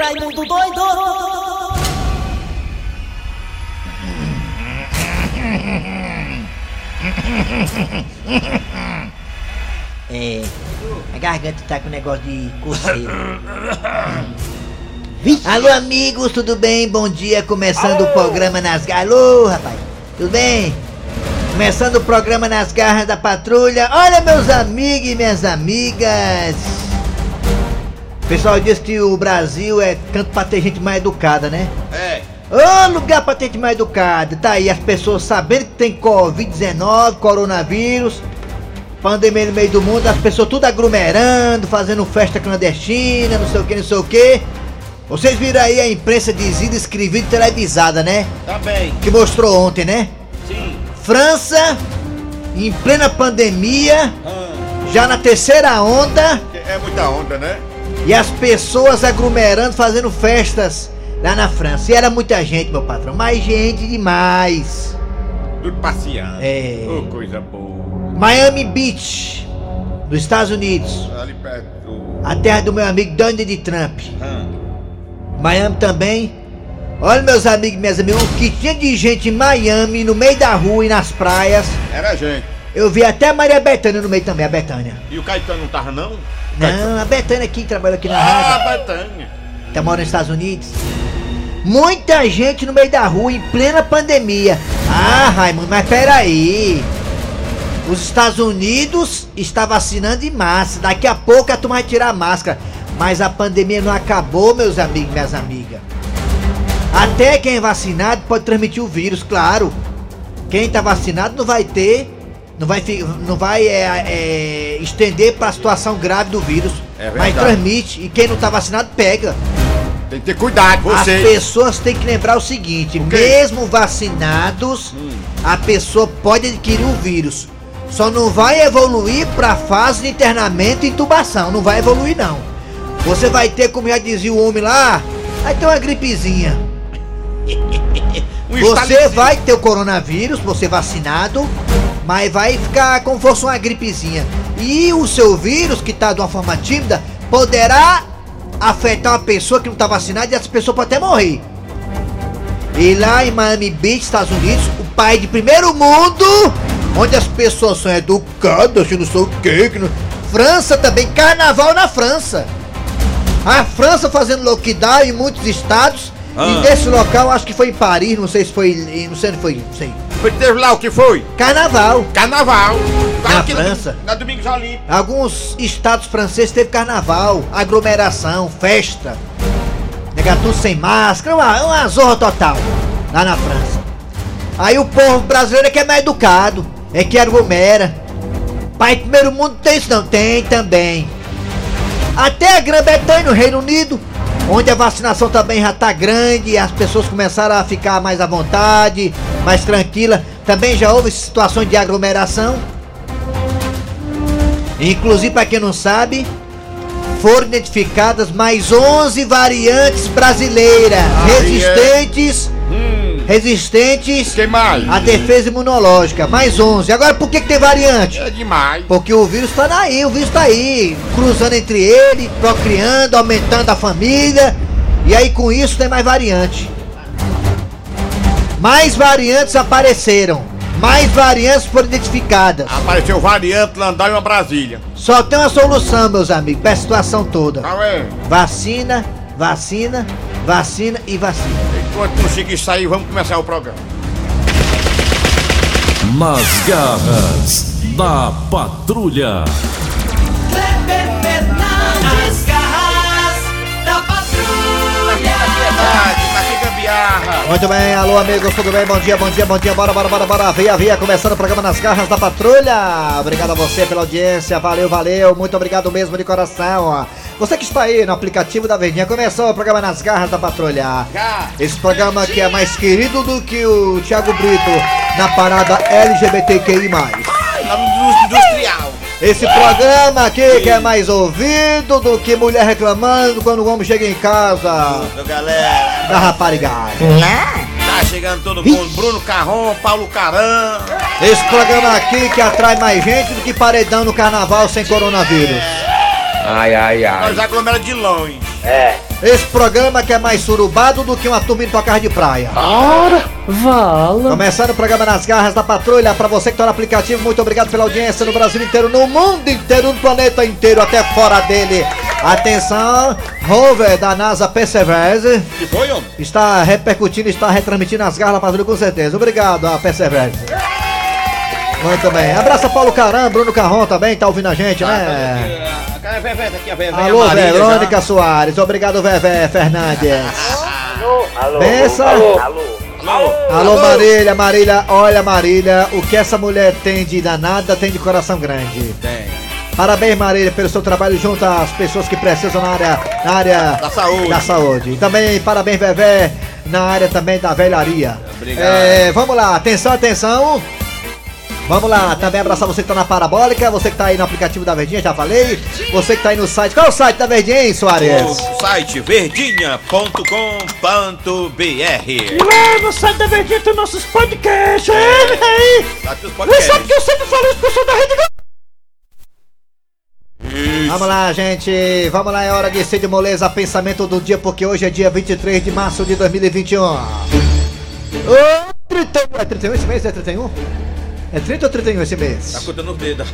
Raimundo doido! É, a garganta tá com negócio de coceira. Vixe. Alô, amigos, tudo bem? Bom dia, começando o programa nas garras. Alô, rapaz, tudo bem? Começando o programa nas garras da patrulha. Olha, meus amigos e minhas amigas. O pessoal diz que o Brasil é canto pra ter gente mais educada, né? É, Ô, lugar pra ter gente mais educada. Tá aí as pessoas sabendo que tem Covid-19, coronavírus, pandemia no meio do mundo, as pessoas tudo aglomerando, fazendo festa clandestina, não sei o que, não sei o que. Vocês viram aí a imprensa dizida, escrevida e televisada, né? tá bem. Que mostrou ontem, né? Sim. França, em plena pandemia, Ah, já na terceira onda. é muita onda, né? E as pessoas aglomerando, fazendo festas lá na França. E era muita gente, meu patrão. Mais gente demais. Tudo passeando. É. Ô, coisa boa. Miami Beach, nos Estados Unidos. Ali perto do. A terra do meu amigo Donald Trump. Ah, Miami também. Olha, meus amigos e minhas amigas, o que tinha de gente em Miami, no meio da rua e nas praias. Era a gente. Eu vi até a Maria Bethânia no meio também, a Bethânia. E o Caetano não tava, não? Não, a Bethânia aqui, trabalha aqui na rádio. Ah, Betânia. tá morando nos Estados Unidos. Muita gente no meio da rua em plena pandemia. Ah, Raimundo, mas peraí. Os Estados Unidos está vacinando em massa. Daqui a pouco a turma vai tirar a máscara. Mas a pandemia não acabou, meus amigos e minhas amigas. Até quem é vacinado pode transmitir o vírus, claro. Quem tá vacinado não vai ter, não vai, fi- não vai é, é, estender para a situação grave do vírus. É mas verdade. transmite. E quem não tá vacinado pega. Tem que ter cuidado, As você. pessoas têm que lembrar o seguinte: quê? mesmo vacinados, Hum. a pessoa pode adquirir o vírus. Só não vai evoluir para fase de internamento e intubação. Não vai evoluir, não. Você vai ter, como já dizia o homem lá, vai ter uma gripezinha. Um Você estalezinho. vai ter o coronavírus, você vacinado, mas vai ficar como se fosse uma gripezinha. E o seu vírus, que tá de uma forma tímida, poderá afetar uma pessoa que não tá vacinada e essa pessoa pode até morrer. E lá em Miami Beach, Estados Unidos, o país de primeiro mundo, onde as pessoas são educadas, que não sei o quê, que não... França também, carnaval na França. A França fazendo lockdown em muitos estados. Ah. E nesse local, acho que foi em Paris, não sei se foi. em- Não sei onde foi, não sei. Foi teve lá o que foi? Carnaval. Carnaval. Lá Na aqui França. Na, na Domingos Olímpicos. Alguns estados franceses teve carnaval, aglomeração, festa. Negar tudo sem máscara, uma, uma zorra total lá na França. Aí o povo brasileiro é que é mais educado, é que aglomera. Pai, primeiro mundo tem isso não? Tem também. Até a Grã-Bretanha, no Reino Unido, onde a vacinação também já tá grande, e as pessoas começaram a ficar mais à vontade, mais tranquila. Também já houve situações de aglomeração. Inclusive, para quem não sabe, foram identificadas mais 11 variantes brasileiras Aí é. resistentes, Hum. resistentes Que mais? à defesa imunológica. Mais 11. Agora, por que, que tem variante? É demais. Porque o vírus tá daí, o vírus tá aí, cruzando entre ele, procriando, aumentando a família, e aí com isso tem mais variante. Mais variantes apareceram, mais variantes foram identificadas. Apareceu variante, Landau e uma Brasília. Só tem uma solução, meus amigos, pra essa situação toda: Tá vendo? vacina, vacina, vacina e vacina. Enquanto conseguir sair, vamos começar o programa. Nas garras da patrulha. Kleber Fernandes, garras da patrulha. Tá que gambiarra. Muito bem, alô amigos, tudo bem? Bom dia, bom dia, bom dia, bora, bora, bora, bora, via, via, começando o programa nas garras da patrulha. Obrigado a você pela audiência, valeu, valeu, muito obrigado mesmo de coração. ó. Você que está aí no aplicativo da Verdinha, começou o programa nas garras da patrulha. Esse programa que é mais querido do que o Thiago Brito na parada LGBTQI+. Nome industrial. Esse programa aqui que é mais ouvido do que mulher reclamando quando o homem chega em casa Ô, galera. da raparigagem. Tá chegando todo mundo. Bruno Carron, Paulo Caran. Esse programa aqui que atrai mais gente do que paredão no carnaval sem coronavírus. Nós aglomera de longe. É. Esse programa que é mais surubado do que uma turma indo pra casa de praia. Vala. Começando o programa nas garras da patrulha, pra você que tá no aplicativo, muito obrigado pela audiência no Brasil inteiro, no mundo inteiro, no planeta inteiro, até fora dele. Atenção, rover da NASA Perseverance Que foi, homem? está repercutindo, está retransmitindo as garras da patrulha com certeza. Obrigado, a Perseverance. Muito bem. Abraça Paulo Caram, Bruno Carron também, tá ouvindo a gente, né? Ah, tá aqui, ah, a Vevé, tá aqui, a Vevé, Alô, a Marília Verônica Soares. Obrigado, Vevé Fernandes. Alô. Pensa. Alô. Alô. já. Alô? Alô, Marília, Marília, olha, Marília, o que essa mulher tem de danada tem de coração grande. Tem. Parabéns, Marília, pelo seu trabalho junto às pessoas que precisam na área, na área Da saúde. da saúde. E também parabéns, Vevé, na área também da velharia. Obrigado. É, vamos lá, atenção, atenção. Vamos lá, também abraçar você que tá na Parabólica, você que tá aí no aplicativo da Verdinha, já falei. Você que tá aí no site. Qual é o site da Verdinha, hein, Soares? O site verdinha.com.br Leva, sai da verdinha dos nossos podcasts, hein? Aqui os Você sabe É. Tá podcasts. que eu sempre falo isso, que eu sou da Rede Globo. Vamos lá, gente. Vamos lá, é hora de ser de moleza, pensamento do dia, porque hoje é dia 23 de março de 2021. Ô, 31. É 31 esse mês? É 31? É 30 ou 31 esse Tá mês? contando os dedos.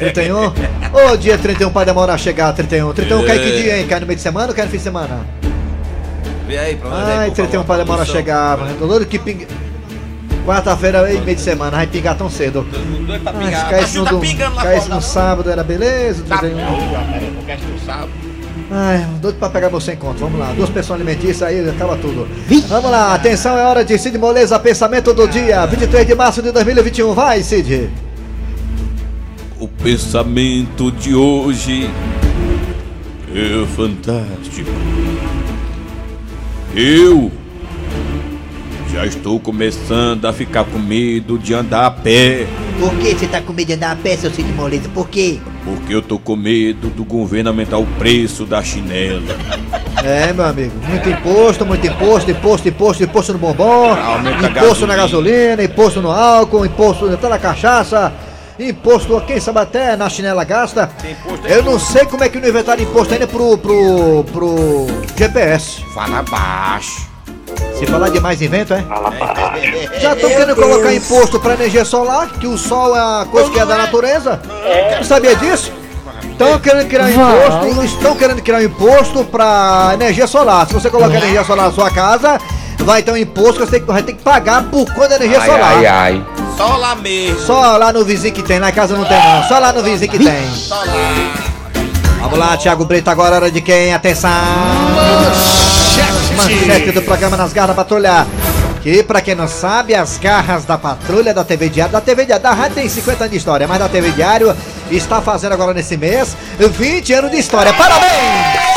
31? Ô, dia 31 pra demorar a chegar um. a 31. 31 cai que dia, hein? Cai no meio de semana ou cai no fim de semana? Vê aí, pra é nós aí, Ai, por 31 favor, pra demorar a produção. chegar. mano. Dolorido que pinga. Quarta-feira e meio de semana, vai pingar tão cedo. Doido pra Ah, se pingar. caísse Brasil no, tá dom- pingando lá caísse fora, no tá? sábado era beleza, Tá 31. bom, é- rapaz, não quer que tu saiba. Ai, doido pra pegar meu sem conto. Vamos lá, duas pessoas alimentícias aí, acaba tudo. Vamos lá, atenção, é hora de Cid Moleza, pensamento do dia, 23 de março de 2021. Vai, Cid. O pensamento de hoje é fantástico. Eu já estou começando a ficar com medo de andar a pé, Por que você tá com medo de andar a pé, seu Cid Moleza? Por quê? porque eu tô com medo do governo aumentar o preço da chinela. É, meu amigo, muito imposto, muito imposto, imposto, imposto, imposto no bombom, Aumenta a imposto na gasolina. gasolina, imposto no álcool, imposto até na cachaça, imposto, quem sabe até na chinela gasta. imposto em Eu não sei como é que não inventaram imposto ainda pro, pro, pro GPS. Fala baixo. Se falar demais invento, é? Já estão querendo colocar imposto para energia solar, que o sol é a coisa que é da natureza. Não sabia disso? Estão querendo criar imposto, estão querendo criar imposto para energia solar. Se você colocar energia solar na sua casa, vai ter um imposto que você tem que- vai ter que pagar por conta da energia solar. Só lá mesmo. Só lá no vizinho que tem, na casa não tem não, só lá no vizinho que tem. Só lá. Vamos lá, Thiago Brito, agora é hora de quem? Atenção! Manchete do programa Nas Garras da Patrulha. Que, pra quem não sabe, as garras da patrulha da TV Diário, da TV Diário, da rádio tem 50 anos de história, mas da TV Diário está fazendo agora nesse mês 20 anos de história. Parabéns!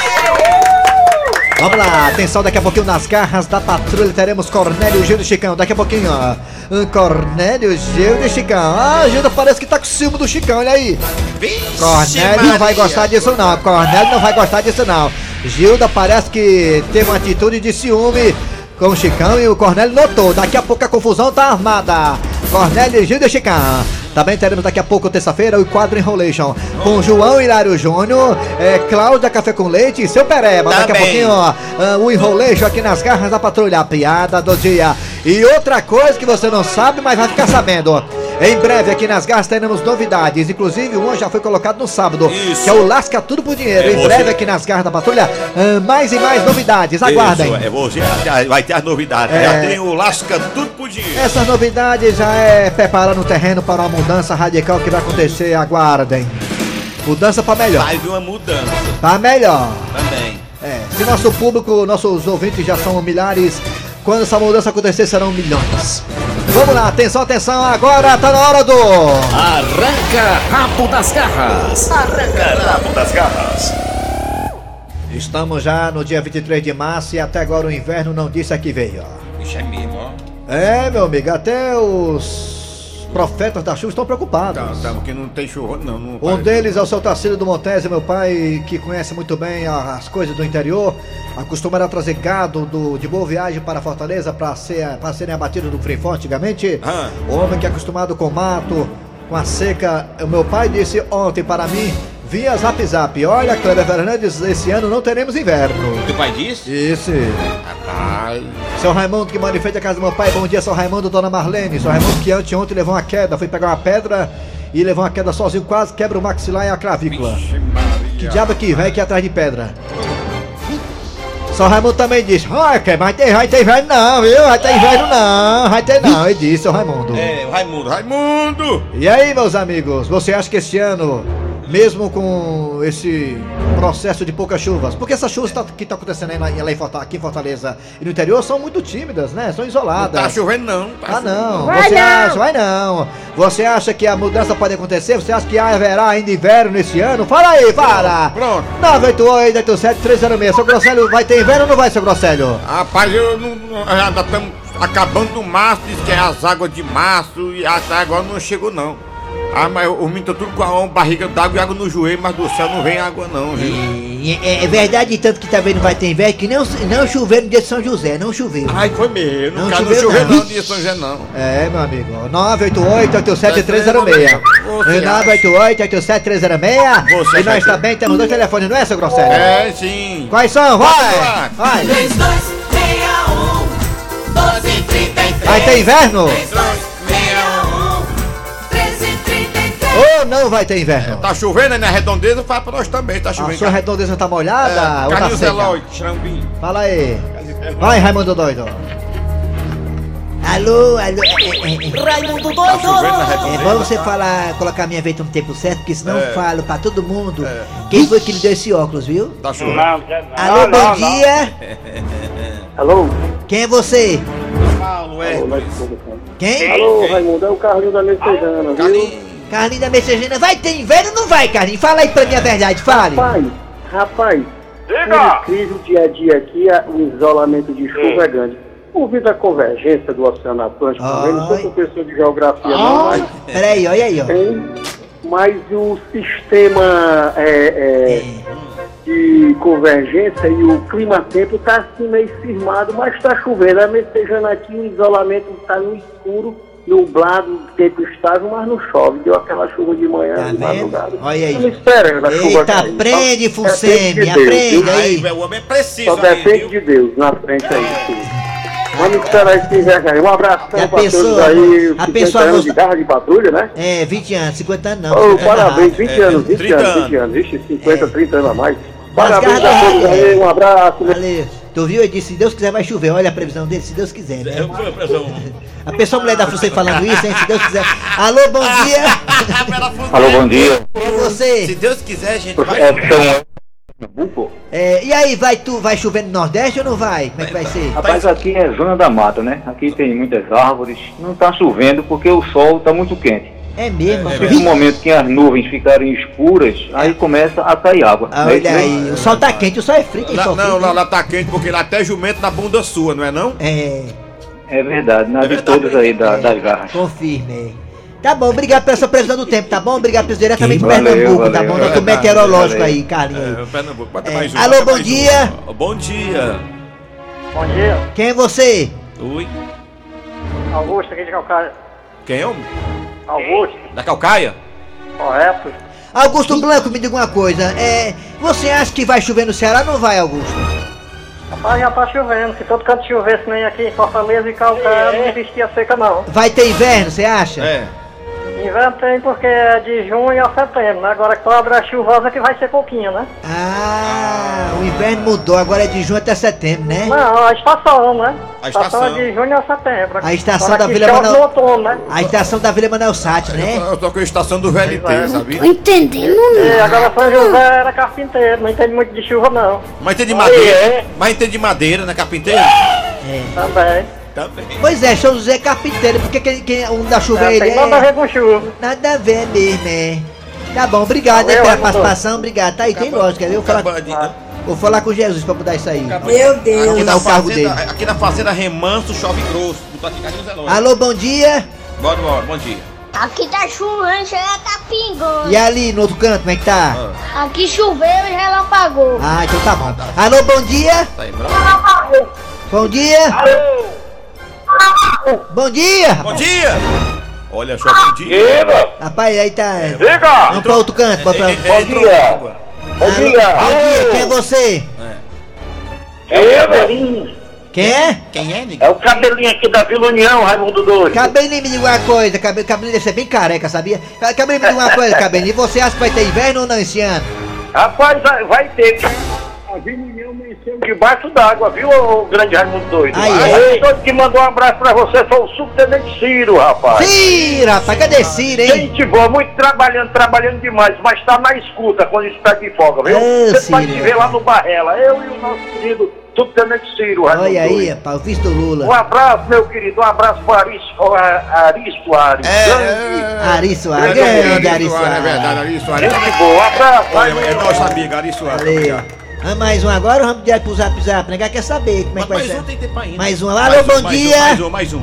Vamos lá, atenção, daqui a pouquinho nas garras da patrulha teremos Cornélio Gil de Chicão. Daqui a pouquinho, ó. Hum, Cornélio Gil de Chicão. Ah, Gilda parece que tá com ciúme do Chicão, olha aí. Vixe, Cornélio não vai Maria. gostar disso não, Cornélio não vai gostar disso não. Gilda parece que teve uma atitude de ciúme com o Chicão e o Cornélio notou. Daqui a pouco a confusão tá armada. Cornélio, Gilda e Chicão. Também teremos daqui a pouco, terça-feira, o quadro Enrolation com João Hilário Júnior, é, Cláudia Café com Leite e seu Pereba. Daqui a Também. pouquinho, ó, ah, o enrolejo aqui nas garras da patrulha, a piada do dia. E outra coisa que você não sabe, mas vai ficar sabendo. Em breve, aqui nas garras teremos novidades. Inclusive, uma já foi colocada no sábado, Isso. que é o Lasca Tudo por Dinheiro. em você. breve, aqui nas garras da patrulha, ah, mais e mais novidades. Aguardem. Isso, é você. já- Vai ter as novidades. É. Já tem o Lasca tudo pro dinheiro. Essas novidades já é preparando o terreno para uma mudança radical que vai acontecer. Aguardem. Mudança para melhor. Vai vir uma mudança Para melhor. também. É, se nosso público, nossos ouvintes já são milhares, quando essa mudança acontecer serão milhões. Vamos lá, atenção, atenção, agora tá na hora do. Arranca rabo das garras. Estamos já no dia 23 de março e até agora o inverno não disse a que veio. ó. Isso é mesmo, ó. É, meu amigo, até os profetas da chuva estão preocupados. Tá, tá, porque não tem churro, não. não Um deles é o seu Tarcílio do Montese, meu pai, que conhece muito bem a- as coisas do interior. Acostumado a trazer gado do- de boa viagem para Fortaleza para ser, pra serem abatidos no Free Forte antigamente. Ah. O homem que é acostumado com mato, com a seca. O meu pai disse ontem para mim: via Zap Zap. Olha, Kleber Fernandes, esse ano não teremos inverno. Teu pai disse? Isso. Rapaz. Seu Raimundo que mora em frente à casa do meu pai. Bom dia, seu Raimundo, dona Marlene. Seu Raimundo que anteontem levou uma queda, foi pegar uma pedra e levou uma queda sozinho, quase quebra o maxilar e a clavícula. Que diabo que vem aqui atrás de pedra? Só Raimundo também diz, ah, que vai ter, vai ter inverno não, viu? Vai ter inverno não, vai ter não, ele disse, seu Raimundo. É, o Raimundo, Raimundo! E aí, meus amigos, você acha que esse ano, mesmo com esse processo de poucas chuvas, porque essas chuvas tá- que estão acontecendo aí na, lá em Fortaleza, aqui em Fortaleza e no interior são muito tímidas, né? São isoladas. Tá chovendo não, tá Ah não, Vai você não. acha, vai não. Você acha que a mudança pode acontecer? Você acha que haverá ainda inverno nesse ano? Fala aí, fala! Pronto. 988-87306. Seu Grosselho, vai ter inverno ou não vai, seu Grosselho? Rapaz, eu não. não- Já estamos acabando março, diz que é as águas de março e até agora não chegou não. Ah, mas os meninos estão tudo com a barriga d'água e água no joelho, mas do céu não vem água não, viu? É, verdade, tanto que também não vai ter inverno, que não, não choveu no dia de São José, não choveu. Ai, foi mesmo. Não Não, cara, não choveu, choveu não. não, de São José não. É, meu amigo, 988-87306. 988-87306. Você acha? Você E nós acha? também temos dois telefones, não é, seu Grosselho? É, sim. Quais são? Vai! lá. Vai! 3, 2, um. 6, 1, 12, 33. Vai ter inverno? 3, 2, um. 6, 1, 13, 33. Ou não vai ter inverno? Tá chovendo aí na redondeza, fala pra nós também, tá A chovendo. sua redondeza tá molhada? ou tá Carlinhos seca? É. Eloy, Xambim. Fala aí. Vai, Raimundo Doido. Alô, é, alô. Raimundo Tá chovendo na É redondeza. bom você falar, colocar minha vez no tempo certo, porque senão É. eu falo pra todo mundo quem foi que lhe deu esse óculos, viu? Tá chovendo. Alô, bom dia. Alô? Quem é você? Paulo, é. Quem? Alô, Raimundo, é o Carlinho da Messejana, viu? Carlinhos. Carlinho da Messejana. Vai ter inverno ou não vai, Carlinho? Fala aí pra mim a verdade, fale. Rapaz, rapaz, Diga! por incrível o dia a dia aqui, a- o isolamento de chuva é grande. Ouvindo a convergência do Oceano Atlântico, Ai. eu não sou professor de geografia não, mas, Peraí, olha aí, ó. hein? mas o um sistema é, é, de convergência e o clima-tempo tá assim meio firmado, mas tá chovendo. A Messejana aqui, o isolamento tá no escuro, nublado, tempo estável, mas não chove. Deu aquela chuva de manhã, Tá de vendo? madrugada. Olha aí. Não espera a chuva Eita, cair. aprende, É Fusemi, tempo de Deus, aprende. viu? Aí. Aí, o homem é preciso, Só aí, viu? depende É. de Deus na frente aí. filho. Vamos esperar esse inverno aí. Um Já abração pra todos pensou? aí. A 50 pessoa anos gosta- de garra de patrulha, né? É, 20 anos, 50 anos não. tá Oh, 50 anos parabéns, na 20 é, anos, 20 30 anos, anos. 20 anos, vixe, 50, É. 30 anos a mais. Mas, Parabéns a cara, todos aí, um abraço. né? Valeu. Tu viu? Ele disse, se Deus quiser vai chover. Olha a previsão dele, se Deus quiser, É, né? A pessoa mulher da Fusei falando isso, hein? Se Deus quiser. Alô, bom dia. Alô, bom dia. É Se você. Deus quiser, a gente vai. É São Pernambuco? É, e aí, vai tu, vai chover no Nordeste ou não vai? Como é que vai ser? Rapaz, aqui é zona da mata, né? Aqui tem muitas árvores. Não tá chovendo porque o sol tá muito quente. É mesmo. A partir do momento que as nuvens ficarem escuras, aí começa a cair água. Ah, Não é isso olha mesmo? aí, o sol tá quente, o sol é frio, tem Lá- sol não, frio. lá, um lá tá quente, porque lá até jumento na bunda sua, não é não? É, É verdade, na de todas aí da- das garras. confirme. Tá bom, obrigado pela sua previsão do tempo, tá bom? Obrigado pelos diretamente de Valeu, Pernambuco, tá valeu, bom? valeu, Nosso meteorológico valeu. aí, Carlinhos. É, Pernambuco, bota É, mais um. alô, bota bom mais dia. um. Bom dia. Bom dia, Quem é você? Oi. Augusto aqui de Calcaia. Quem é o Augusto, Da Calcaia? correto? Augusto Blanco, me diga uma coisa. É, você acha que vai chover no Ceará ou não vai, Augusto? Rapaz, já tá chovendo. Se todo canto chovesse nem aqui em Fortaleza e É. Calcaia, não existia seca não. Vai ter inverno, você acha? É. Inverno tem porque é de junho a setembro, né? Agora cobra chuvosa que vai ser pouquinho, né? Ah, o inverno mudou, agora é de junho até setembro, né? Não, a estação, né? A estação. é de junho a setembro. A estação Agora da que Vila chove Manoel- no outono, né? A estação da Vila Manuel Sati, né? É. Eu tô com a estação do VLT, né? sabe? entendendo E É, agora São José era carpinteiro, não entende muito de chuva não, Mas tem de é. madeira. Mas tem de madeira na carpinteira? também. Também. Pois é, São José é carpinteiro, porque quem, quem, um da chuva É, é ele tem nada a é... ver com chuva. Nada a ver mesmo, é. Tá bom, obrigado né, Valeu, pela Raimundo. participação, obrigado. Tá aí, tem lógica, viu? Vou falar, Acabando de- vou falar com Jesus pra mudar isso aí. Meu Deus. Vou Aqui dar na, o cargo dele. fazenda, aqui na fazenda Remanso chove grosso. Botou aqui Carlinhos Eloy. Alô, bom dia. Bora, bora, bom dia. Aqui tá chovendo, já tá pingando. E ali, no outro canto, como é que tá? Aqui choveu e já ela apagou. Ah, então tá bom. Alô, bom dia. Tá aí, bora. Bom dia. Bom dia. Bom dia! Olha só que dia. Diga! Rapaz, aí tá. Diga! Vamos pra outro canto, pra, pra... É, é, Bom entrou dia. água. Bom dia! Ah, bom dia, quem é você? É o Quem é? Quem é, nigga? É o cabelinho aqui da Vila União, Raimundo Doido. Cabelinho me diga uma coisa, cabe- cabelinho deve ser é bem careca, sabia? Ca- Cabelinho me diga uma coisa, cabelinho. E você acha que vai ter inverno ou não esse ano? Rapaz, vai- vai ter. A Vila União mexeu debaixo d'água, viu, ô grande Raimundo Doido? Aí, Aí, é. doido que mandou um abraço pra você foi o subtenente Ciro, rapaz. Cira, rapaz, cadê Cira, hein? Gente boa, muito trabalhando, trabalhando demais, mas tá na escuta quando está de folga, viu? É, Você vai Ciro. te ver lá no Barrela, eu e o nosso querido subtenente Ciro, Raimundo Olha aí, Doido. rapaz, o visto do Um Lula. abraço, meu querido, um abraço para Ari, Soa- Ari Soares. É, grande Ari Soares, É, grande é, Ari É verdade, Soares. Ari Soares. Gente boa, um abraço. Olha, é nosso amigo, Ari Soares. Valeu. Vamos mais um agora ou vamos direto pro zap zap? Ninguém quer saber como é que vai Mais ser. um tem tempo ainda. Mais um, Mais alô, um, bom mais um, dia. Mais um, mais um.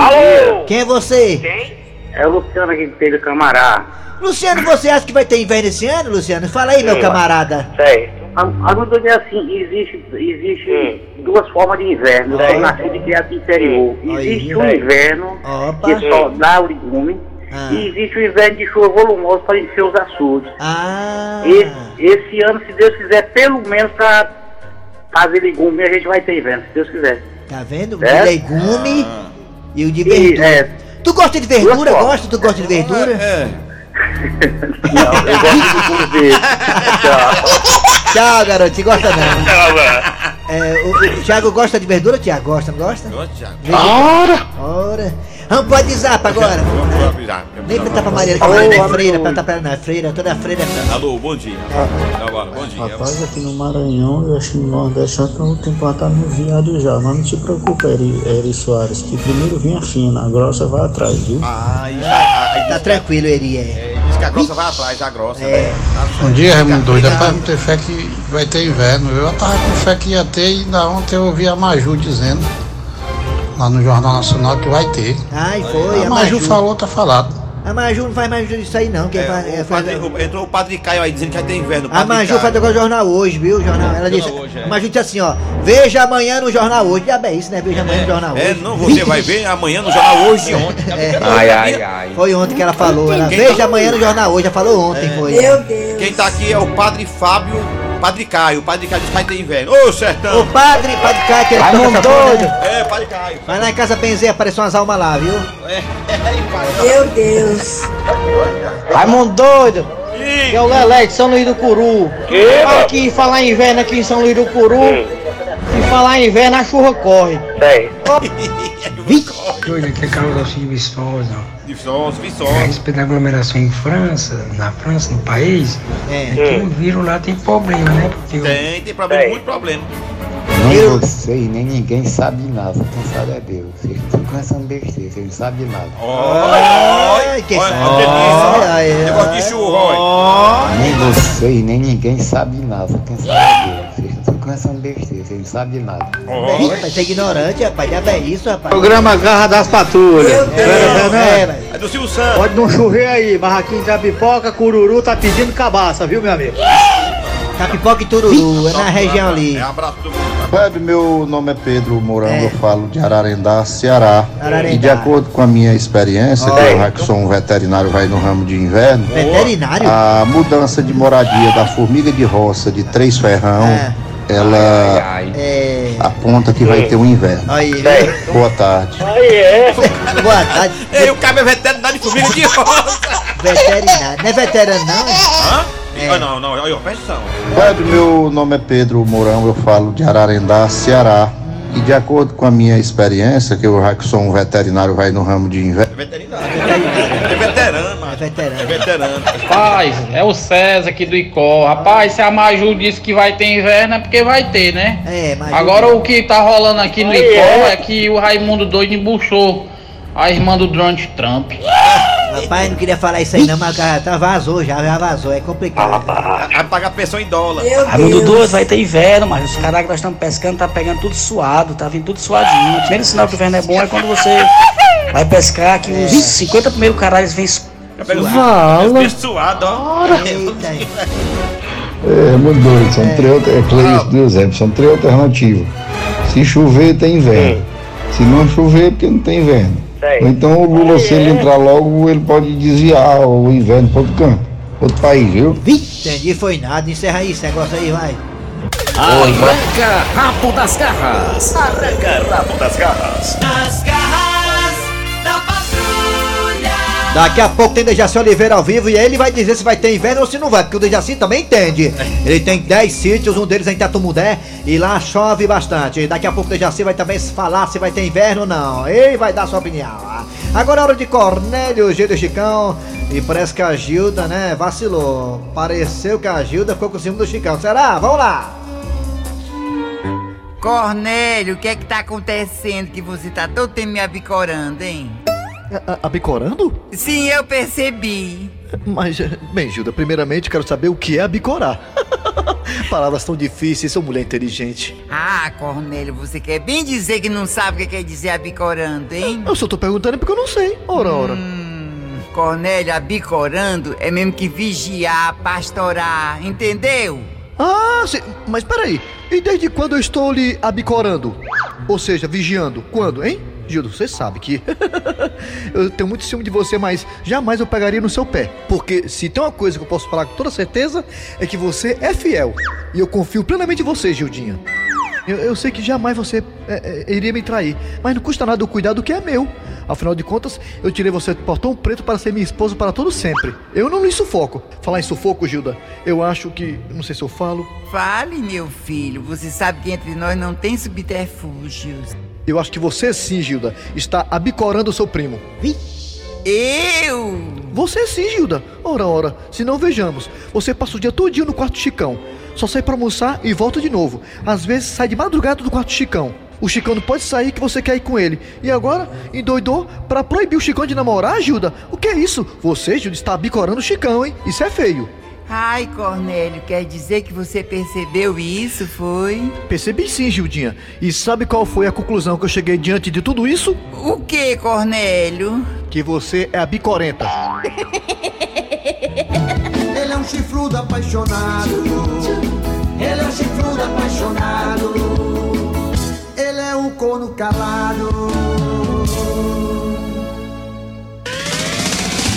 Alô! Quem é você? É o Luciano aqui do Camará. Luciano, você acha que vai ter inverno esse ano, Luciano? Fala aí, meu Sim, camarada. Certo. A, a dúvida é assim, existe, existe duas formas de inverno, Certo. que eu nasci de criado do interior. Aí. Existe o Certo. inverno Opa. tá. que só dá o legume, Ah. e existe o inverno de chuva volumosa para encher os açudes. Ah. Esse, esse ano, se Deus quiser, pelo menos para fazer legume, a gente vai ter inverno, se Deus quiser. Tá vendo? O de Certo? legume Ah. e o de Então, E, verdura. é, Tu gosta de verdura? Duas Gosta? Tu gosta de verdura? É. não, eu gosto de legume. Tchau. é. Tchau, garoto. Você gosta não. É, o, o Thiago gosta de verdura? Tiago, gosta, não gosta? Ó, Thiago. Ora. Vamos pro WhatsApp agora. Vamos pro avisar. Nem pra pra Maria, que a Alô, Maria é alô. freira, pra tá pra na freira, toda freira é freira. Alô, bom dia. Ah. Trabalho, bom dia. Rapaz, aqui no Maranhão, eu acho que no Nordeste, ontem o tempo tá no viado já. Mas não te preocupa, Eri, Eri Soares, que primeiro vem a fina, a grossa vai atrás, viu? Ah, isso aí, aí Tá diz- tranquilo, ele é. é, diz que a grossa vai atrás, a grossa. É. Bom Um dia, Raimundo Doido. Obrigado. Rapaz, não tem fé que vai ter inverno. Eu tava com fé que ia ter e ainda ontem eu ouvi a Maju dizendo, lá no Jornal Nacional, que vai ter. Ai, foi, A Maju falou, tá falado. A Maju não faz mais isso aí não, quem faz, É, é, o faz- padre- tá o- entrou o padre Caio aí dizendo que vai ter inverno. o A padre Maju Caio. faz agora o jornal hoje, viu? o Jornal, ela disse, hoje, é. a Maju disse assim, ó, veja amanhã no jornal hoje. Já bem isso, né? Veja amanhã no jornal É, hoje. não, você vai ver amanhã no jornal hoje e ontem. tá É. Ai, ai, ai. Foi ontem que ela falou, ela Quem veja tá- amanhã no jornal hoje, já falou É. ontem, foi. Quem tá aqui é o padre Fábio, padre Caio. O padre Caio disse que vai ter inverno. Ô, sertão! O padre, padre Caio, aquele que toca essa porra, né? É, padre Caio. Vai lá em casa benzer, apareceu umas almas lá, viu? Raimundo Doido, Ih, é o Lelé de São Luís do Curu. Aqui, falar em inverno aqui em São Luís do Curu. Hum. E falar em inverno, a chuva corre. Certo. Doido, aqui é Carlos Alcides Vistosa. Viçosa, A viçosa. respeito da aglomeração em França, na França, no país, É. que o vírus lá tem problema, né? Porque o Tem, tem problema, Tem. muito problema. Eu- sei, nem ninguém sabe nada. Quem sabe é Deus. Vocês estão cansando besteira, vocês não sabem nada. Ai, que Olha, saco. olha que delícia. Ai, ai, Negócio de ai. churro, olha. Nem você e nem ninguém sabe nada. Quem sabe é Deus. Vocês estão cansando besteira, vocês não sabem nada. Ih, Rapaz, você é ignorante, rapaz. Já bem isso, rapaz. Programa Garra das Patrulhas. É, é, velho. É do Silvio Santos. Pode não chover aí, mas aqui em Capipoca, Cururu tá pedindo cabaça, viu, meu amigo? Capipoca Tá e Tururu, é na região ali. É abraço do mundo. Fábio, meu nome é Pedro Morango, É. eu falo de Ararendá, Ceará. Ararendá. E de acordo com a minha experiência, que eu já que sou um veterinário vai no ramo de inverno, Veterinário? a mudança de moradia da formiga de roça de Três Ferrão, É. ela É. aponta que vai ter um inverno. Aí, Boa tarde. boa tarde. Ei, o cabo é veterinário de formiga de rosa. Veterinário. Não é veterano, não? é? Hã? Ah, Não, não, olha, pensão. Fábio, meu nome é Pedro Mourão, eu falo de Ararendá, Ceará. E de acordo com a minha experiência, que eu já que sou um veterinário vai no ramo de inverno, É veterinário. É veterano, É mano. É veterano. veterano. Rapaz, é o César aqui do Icó. Rapaz, se a Maju disse que vai ter inverno, é porque vai ter, né? É, mas. Agora o que tá rolando aqui no Icó é que o Raimundo doido embuchou a irmã do Donald Trump. Rapaz, não queria falar isso aí, não, mas já tá vazou, já, já vazou. É complicado. Vai pagar pensão em dólar. Raimundo doido vai ter inverno, mas os caras que nós estamos pescando tá pegando tudo suado, tá vindo tudo suadinho. O primeiro sinal que o inverno é bom é quando você vai pescar, que os 50 primeiros caralhos vêm Já pega o peixe suado, ó. Eita, hein. É, muito doido. São três alter- é Cleiton do exemplo. São é três alternativas. Se chover, tem inverno. Se não chover, porque não tem inverno. Ou então o Lula, se ele entrar logo, ele pode desviar o inverno para outro canto, outro país, viu? Entendi, foi nada. Encerra aí esse negócio aí, vai. Arranca rabo das garras. Arranca rabo das garras. As garras da patrulha. Daqui a pouco tem Dejaci Oliveira ao vivo e aí ele vai dizer se vai ter inverno ou se não vai, porque o Dejaci também entende. Ele tem 10 sítios, um deles é em Tatumudé e lá chove bastante. Daqui a pouco o Dejaci vai também se falar se vai ter inverno ou não. Ele vai dar sua opinião. Agora é hora de Cornélio Gildo e Chicão. E parece que a Gilda, né, vacilou. Pareceu que a Gilda ficou com cima do Chicão. Será? Vamos lá! Cornélio, o que é que tá acontecendo que você tá todo tempo me abicorando, hein? É, Abicorando? Sim, eu percebi. Mas, eh, bem, Gilda, primeiramente quero saber o que é abicorar. Palavras tão difíceis, sou mulher inteligente. Ah, Cornélio, você quer bem dizer que não sabe o que quer dizer abicorando, hein? Hum, Eu só tô perguntando porque eu não sei. Ora, ora. Cornélio, abicorando é mesmo que vigiar, pastorar, entendeu? Ah, sim, mas peraí. E desde quando eu estou lhe abicorando? Ou seja, vigiando? Quando, hein? Gilda, você sabe que eu tenho muito ciúme de você, mas jamais eu pegaria no seu pé. Porque se tem uma coisa que eu posso falar com toda certeza, é que você é fiel. E eu confio plenamente em você, Gildinha. Eu, eu sei que jamais você é, é, iria me trair, mas não custa nada eu cuidar do que é meu. Afinal de contas, eu tirei você do portão preto para ser minha esposa para todo sempre. Eu não lhe sufoco. Falar em sufoco, Gilda, eu acho que. Não sei se eu falo. Fale, meu filho, você sabe que entre nós não tem subterfúgios. Eu acho que você sim, Gilda, está abicorando o seu primo. Eu? Você sim, Gilda. Ora, ora, se não vejamos. Você passa o dia todinho no quarto do Chicão. Só sai pra almoçar e volta de novo. Às vezes sai de madrugada do quarto do Chicão. O Chicão não pode sair que você quer ir com ele. E agora, endoidou pra proibir o Chicão de namorar, Gilda? O que é isso? Você, Gilda, está abicorando o Chicão, hein? Isso é feio. Ai, Cornélio, quer dizer que você percebeu isso, foi? Percebi sim, Gildinha. E sabe qual foi a conclusão que eu cheguei diante de tudo isso? O que, Cornélio? Que você é abicorenta. Ele é um chifrudo apaixonado. Ele é um chifrudo apaixonado. Ele é um corno calado.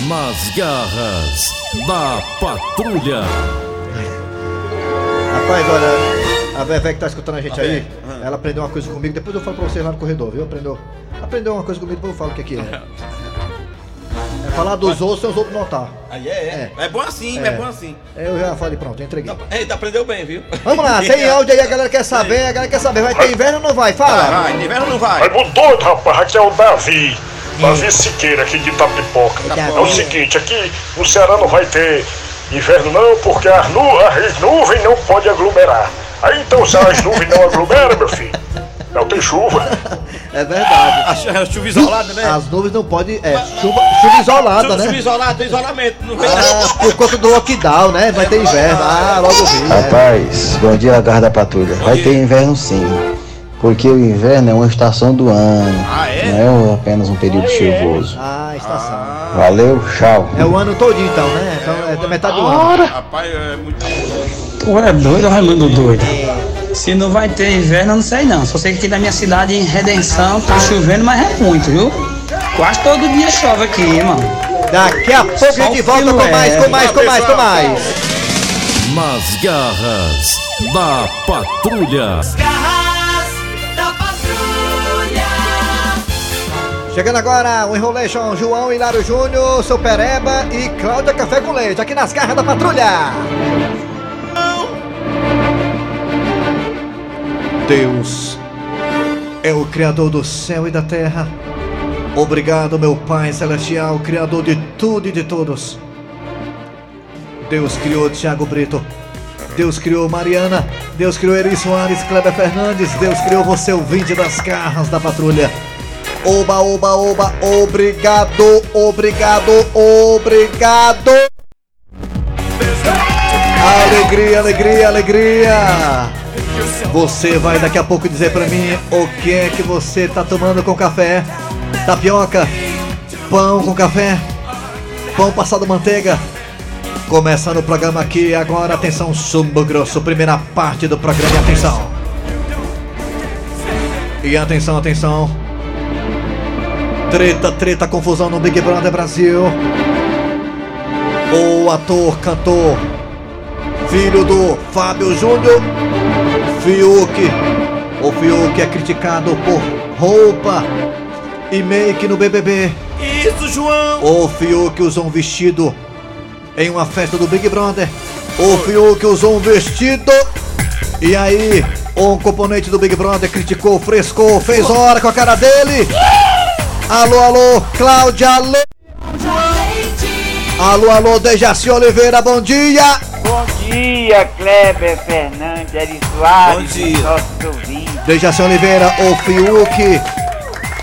Nas garras da patrulha. Rapaz, olha, a Vevé que tá escutando a gente A aí, véia. Ah. ela aprendeu uma coisa comigo, depois eu falo pra vocês lá no corredor, viu? Aprendeu, aprendeu uma coisa comigo, depois eu falo o que, que é. É falar dos outros sem os outros notar. Aí é, é. É bom assim, é, bom assim. Eu já falei, pronto, entreguei. Eita, aprendeu bem, viu? Vamos lá, tem áudio aí, a galera quer saber, a galera quer saber, vai ter inverno ou não vai? Fala! Ah, Vai, inverno não vai. Raimundo doido, rapaz, aqui é o Davi. Davi Siqueira, aqui de Itapipoca. Itapipoca. É o seguinte, aqui no Ceará não vai ter inverno não, porque as, nu as nuvens não podem aglomerar. Aí então, se as nuvens não aglomeram, meu filho, não tem chuva. É verdade. A chuva isolada, né? As nuvens não podem. É, chuva, chuva isolada, Su- né? su- isolado, isolamento, não vem Ah, por conta do lockdown, né? Vai ter inverno. Ah, logo vi. Rapaz, bom dia, Garra da Patrulha. Vai ter inverno sim. Porque o inverno é uma estação do ano. Não é apenas um período chuvoso. Ah, estação. Valeu, tchau. É o ano todinho então, né? Então é da metade do ano. Ora! Rapaz, é muito. Tu é doido, Raimundo doido? Se não vai ter inverno, eu não sei não. Só sei que aqui na minha cidade, em Redenção, tá chovendo, mas é muito, viu? Quase todo dia chove aqui, mano. Daqui a pouco a gente volta com mais, com mais, com mais, com mais. Nas garras da patrulha. Garras da patrulha. Chegando agora o Enrolation João Hilário Júnior, seu Pereba e Cláudia Café com Leite, aqui nas garras da patrulha. Deus é o Criador do céu e da terra. Obrigado, meu Pai Celestial, Criador de tudo e de todos. Deus criou Tiago Brito. Deus criou Mariana. Deus criou Eri Soares, Kleber Fernandes. Deus criou você, ouvinte das garras da patrulha. Oba, oba, oba, obrigado, obrigado, obrigado. Alegria, alegria, alegria. Você vai daqui a pouco dizer pra mim o que é que você tá tomando com café? Tapioca? Pão com café? Pão passado manteiga? Começando o programa aqui agora, atenção, Sumbo Grosso, primeira parte do programa, e atenção. E atenção, atenção. Treta, treta, confusão no Big Brother Brasil. O ator, cantor, filho do Fábio Júnior, Fiuk. O Fiuk é criticado por roupa e make no BBB. Isso, João! O Fiuk usou um vestido em uma festa do Big Brother. O Fiuk usou um vestido. E aí, um componente do Big Brother criticou, frescou, fez hora com a cara dele. Alô, alô, Cláudia Le... Alô, alô, Dejaci Oliveira, bom dia. Bom dia, Kleber Fernandes, Eri Soares, Bom dia. nossos ouvintes. Dejaci Oliveira, o Fiuk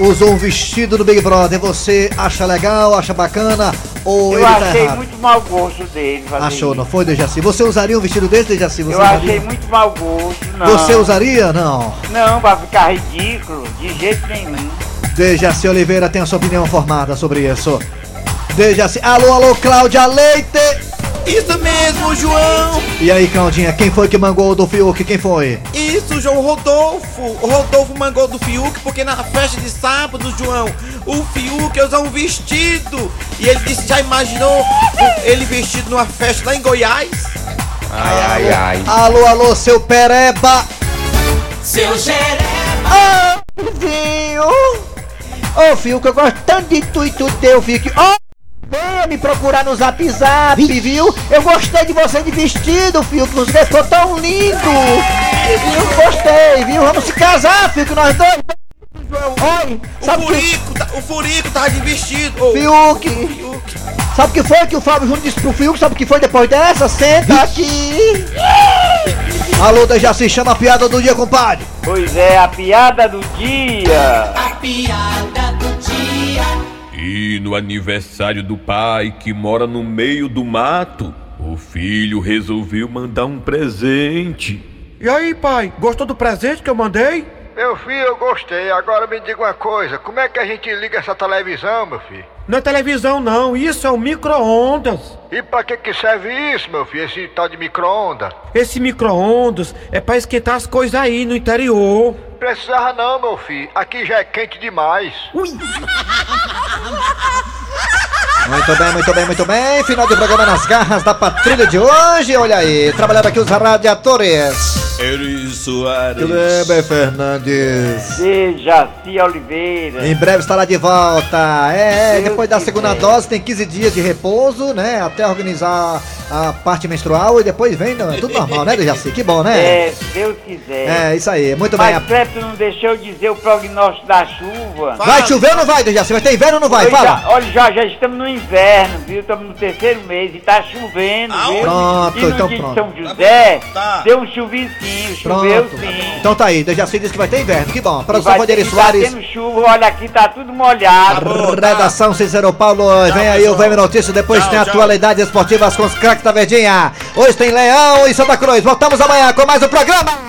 usou um vestido do Big Brother. Você acha legal, acha bacana ou Eu ele tá achei errado? muito mau gosto dele fazer Achou, isso. não foi, Dejaci? Você usaria um vestido desse, Dejaci? Você Eu usaria? achei muito mau gosto, não. Você usaria? Não. Não, pra ficar ridículo, de jeito nenhum. Dejaci Oliveira tem a sua opinião formada sobre isso. Dejaci. Alô, alô, Cláudia Leite! Isso mesmo, João! E aí, Claudinha, quem foi que mangou do Fiuk? Quem foi? Isso, João Rodolfo! O Rodolfo mangou do Fiuk, porque na festa de sábado, João, o Fiuk usou um vestido! E ele disse, já imaginou o- ele vestido numa festa lá em Goiás? Ai, ai. Alô, alô, seu Pereba! Seu Ah, vizinho! Ô, Fiuk, eu gosto tanto de tu e tu teu, Fiuk. Ó, vem me procurar no Zap Zap, viu? Eu gostei de você de vestido, Fiuk. Você ficou tão lindo. Eu gostei, viu? Vamos se casar, Fiuk, nós dois. Oi, sabe o que- Furico, tá- o Furico tava de vestido! ô. Fiuk. Sabe o que foi que o Fábio Júnior disse pro Fiuk? Sabe o que foi depois dessa? Senta aqui! Alô, Dejaci, chama a piada do dia, compadre! Pois é, a piada do dia. A piada do dia. E no aniversário do pai, que mora no meio do mato, o filho resolveu mandar um presente. E aí, pai, gostou do presente que eu mandei? Meu filho, eu gostei. Agora me diga uma coisa: como é que a gente liga essa televisão, meu filho? Não é televisão, não. Isso é um micro-ondas. E pra que, que serve isso, meu filho? Esse tal de micro-onda? Esse micro-ondas é pra esquentar as coisas aí no interior. Precisava não, meu filho. Aqui já é quente demais. Muito bem, muito bem, muito bem. Final do programa nas garras da patrulha de hoje. Olha aí, trabalhando aqui os radiadores. Eri Soares. Kleber Fernandes. Dejaci Oliveira. Em breve estará de volta. É, depois da segunda dose tem 15 dias de repouso, né? Até organizar a parte menstrual e depois vem, não, é tudo normal, né, Dejaci? Que bom, né? É, se Deus quiser. É, isso aí, muito bem. Mas Kleber, tu não deixou eu dizer o prognóstico da chuva. Vai chover ou não vai, Dejaci? Vai ter inverno ou não vai? Olha, Fala! já- olha, já, já estamos no inverno, viu? Estamos no terceiro mês e tá chovendo, viu? Pronto, e no então dia pronto. Tá. de São José, deu um chuvisquinho, choveu Pronto. sim. Então tá aí, Dejaci disse que vai ter inverno, que bom. E vai Produção ter- Valdeir e Soares. Tá tendo chuva, olha aqui, tá tudo molhado. Redação Cícero Paulo, vem aí o Vem Notícia, depois tem atualidades esportivas com os craques da Verdinha. Hoje tem Leão e Santa Cruz. Voltamos amanhã com mais um programa.